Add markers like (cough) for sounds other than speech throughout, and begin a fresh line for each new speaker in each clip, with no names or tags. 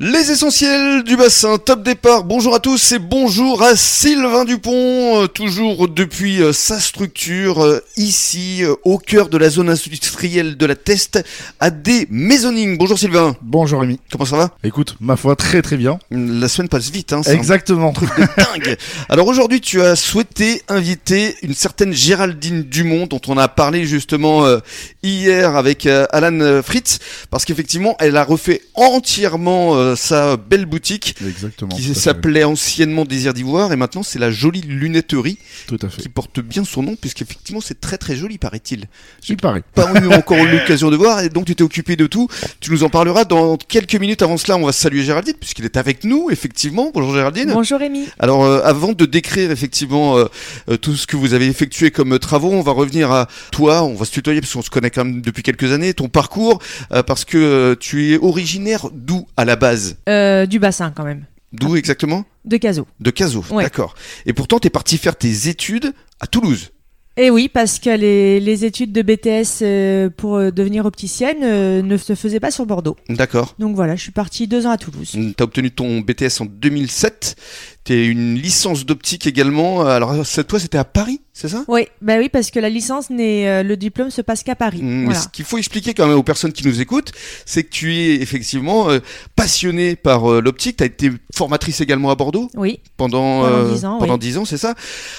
Les essentiels du bassin, top départ, bonjour à tous et bonjour à Sylvain Dupont, euh, toujours depuis euh, sa structure, euh, ici, euh, au cœur de la zone industrielle de la Teste, à des maisonnings. Bonjour Sylvain,
Bonjour Rémi.
comment ça va
Écoute, ma foi, très très bien.
La semaine passe vite, hein, c'est un
Exactement.
dingue Alors aujourd'hui, tu as souhaité inviter une certaine Géraldine Dumont, dont on a parlé justement euh, hier avec euh, Alan euh, Fritz, parce qu'effectivement, elle a refait entièrement euh, sa belle boutique.
Exactement. tout à
qui
fait.
s'appelait anciennement Désir d'Ivoire et maintenant c'est la jolie lunetterie
Tout à fait.
qui porte bien son nom puisqu'effectivement c'est très très joli paraît-il.
Il paraît.
Pas eu encore
(laughs)
eu l'occasion de voir et donc tu t'es occupé de tout. Tu nous en parleras dans quelques minutes avant cela. On va saluer Géraldine puisqu'il est avec nous effectivement. Bonjour Géraldine.
Bonjour Rémi.
Alors euh, avant de décrire effectivement euh, euh, tout ce que vous avez effectué comme euh, travaux, on va revenir à toi, on va se tutoyer parce qu'on se connaît quand même depuis quelques années, ton parcours euh, parce que euh, tu es originaire d'où à la base
Euh, du bassin quand même.
D'où exactement
De Cazaux.
De Cazaux,
Ouais.
d'accord. Et pourtant, t'es parti faire tes études à Toulouse.
Et Eh oui, parce que les, les études de BTS euh, pour euh, devenir opticienne euh, ne se faisaient pas sur Bordeaux.
D'accord.
Donc voilà, je suis partie deux ans à Toulouse.
T'as obtenu ton BTS en 2007. T'es une licence d'optique également. Alors, ça, toi, c'était à Paris, c'est ça
Oui, bah oui, parce que la licence n'est, euh, le diplôme se passe qu'à Paris.
Mm, mais
Voilà.
Ce qu'il faut expliquer quand même aux personnes qui nous écoutent, c'est que tu es effectivement euh, passionné par euh, l'optique. T'as été formatrice également à Bordeaux
Oui,
pendant
Pendant
euh,
10 ans,
pendant
oui.
10 ans, c'est ça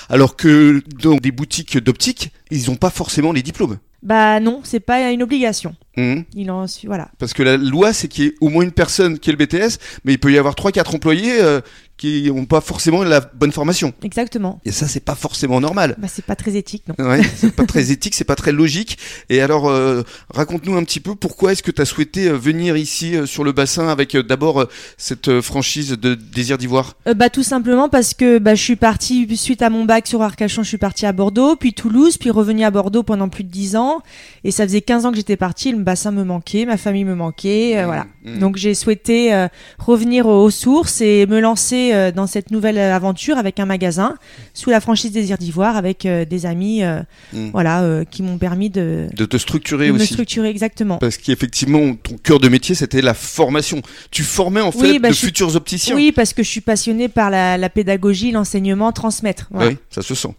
Alors que dans des boutiques d'optique, ils n'ont pas forcément les diplômes.
bah non, c'est pas une obligation.
Mm.
Il en suit, voilà.
Parce que la loi, c'est qu'il y ait au moins une personne qui ait le BTS, mais il peut y avoir 3-4 employés euh, qui n'ont pas forcément la bonne formation.
Exactement.
Et ça, c'est pas forcément normal.
Bah c'est pas très éthique, non.
Ouais, (laughs) c'est pas très éthique, c'est pas très logique. Et alors, euh, raconte-nous un petit peu pourquoi est-ce que tu as souhaité euh, venir ici euh, sur le bassin avec euh, d'abord euh, cette euh, franchise de Désir d'Ivoire
Euh, bah tout simplement parce que bah je suis partie suite à mon bac sur Arcachon, je suis partie à Bordeaux, puis Toulouse, puis revenue à Bordeaux pendant plus de 10 ans et ça faisait 15 ans que j'étais partie, le bassin me manquait, ma famille me manquait, euh, voilà.
Mm.
Donc j'ai souhaité euh, revenir aux, aux sources et me lancer euh, dans cette nouvelle euh, aventure avec un magasin sous la franchise Désir d'Ivoire avec euh, des amis euh,
Mm.
voilà euh, qui m'ont permis de,
De te structurer
de me
aussi.
structurer exactement.
Parce qu'effectivement, ton cœur de métier, c'était la formation. Tu formais en fait
Oui, bah,
de
je suis-
futurs opticiens.
Oui, parce que je suis passionnée par la, la pédagogie, l'enseignement, transmettre.
Ah
Voilà.
oui, ça se sent.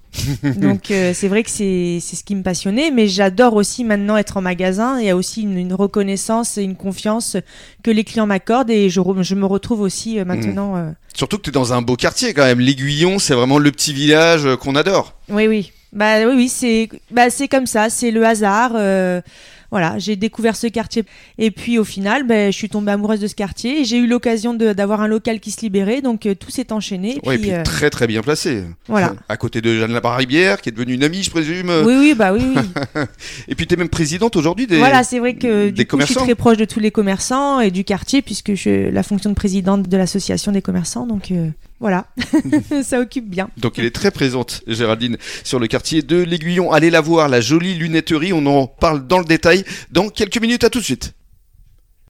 (laughs) Donc euh, c'est vrai que c'est c'est ce qui me passionnait, mais j'adore aussi maintenant être en magasin. Il y a aussi une, une reconnaissance et une confiance que les clients m'accordent et je, re- je me retrouve aussi euh, maintenant. euh,
Surtout que tu es dans un beau quartier quand même. L'Aiguillon, c'est vraiment le petit village euh, qu'on adore.
Oui, oui. Bah oui, oui, c'est bah, c'est comme ça, c'est le hasard. euh, Voilà, j'ai découvert ce quartier et puis au final, ben, je suis tombée amoureuse de ce quartier et j'ai eu l'occasion de- d'avoir un local qui se libérait, donc euh, tout s'est enchaîné. Et
ouais, et
puis,
puis
euh,
très très bien placé.
voilà.
À côté de Jeanne Labarribière, qui est devenue une amie, je présume.
Oui, oui, bah oui, oui.
Et puis tu es même présidente aujourd'hui des.
Voilà, c'est vrai que
des
du coup, je suis
commerçants.
très proche de tous les commerçants et du quartier puisque je la fonction de présidente de l'association des commerçants. Donc euh, voilà, (laughs) ça occupe bien.
Donc elle est très présente, Géraldine, sur le quartier de l'Aiguillon. Allez la voir, la jolie lunetterie. On en parle dans le détail dans quelques minutes. À tout de suite.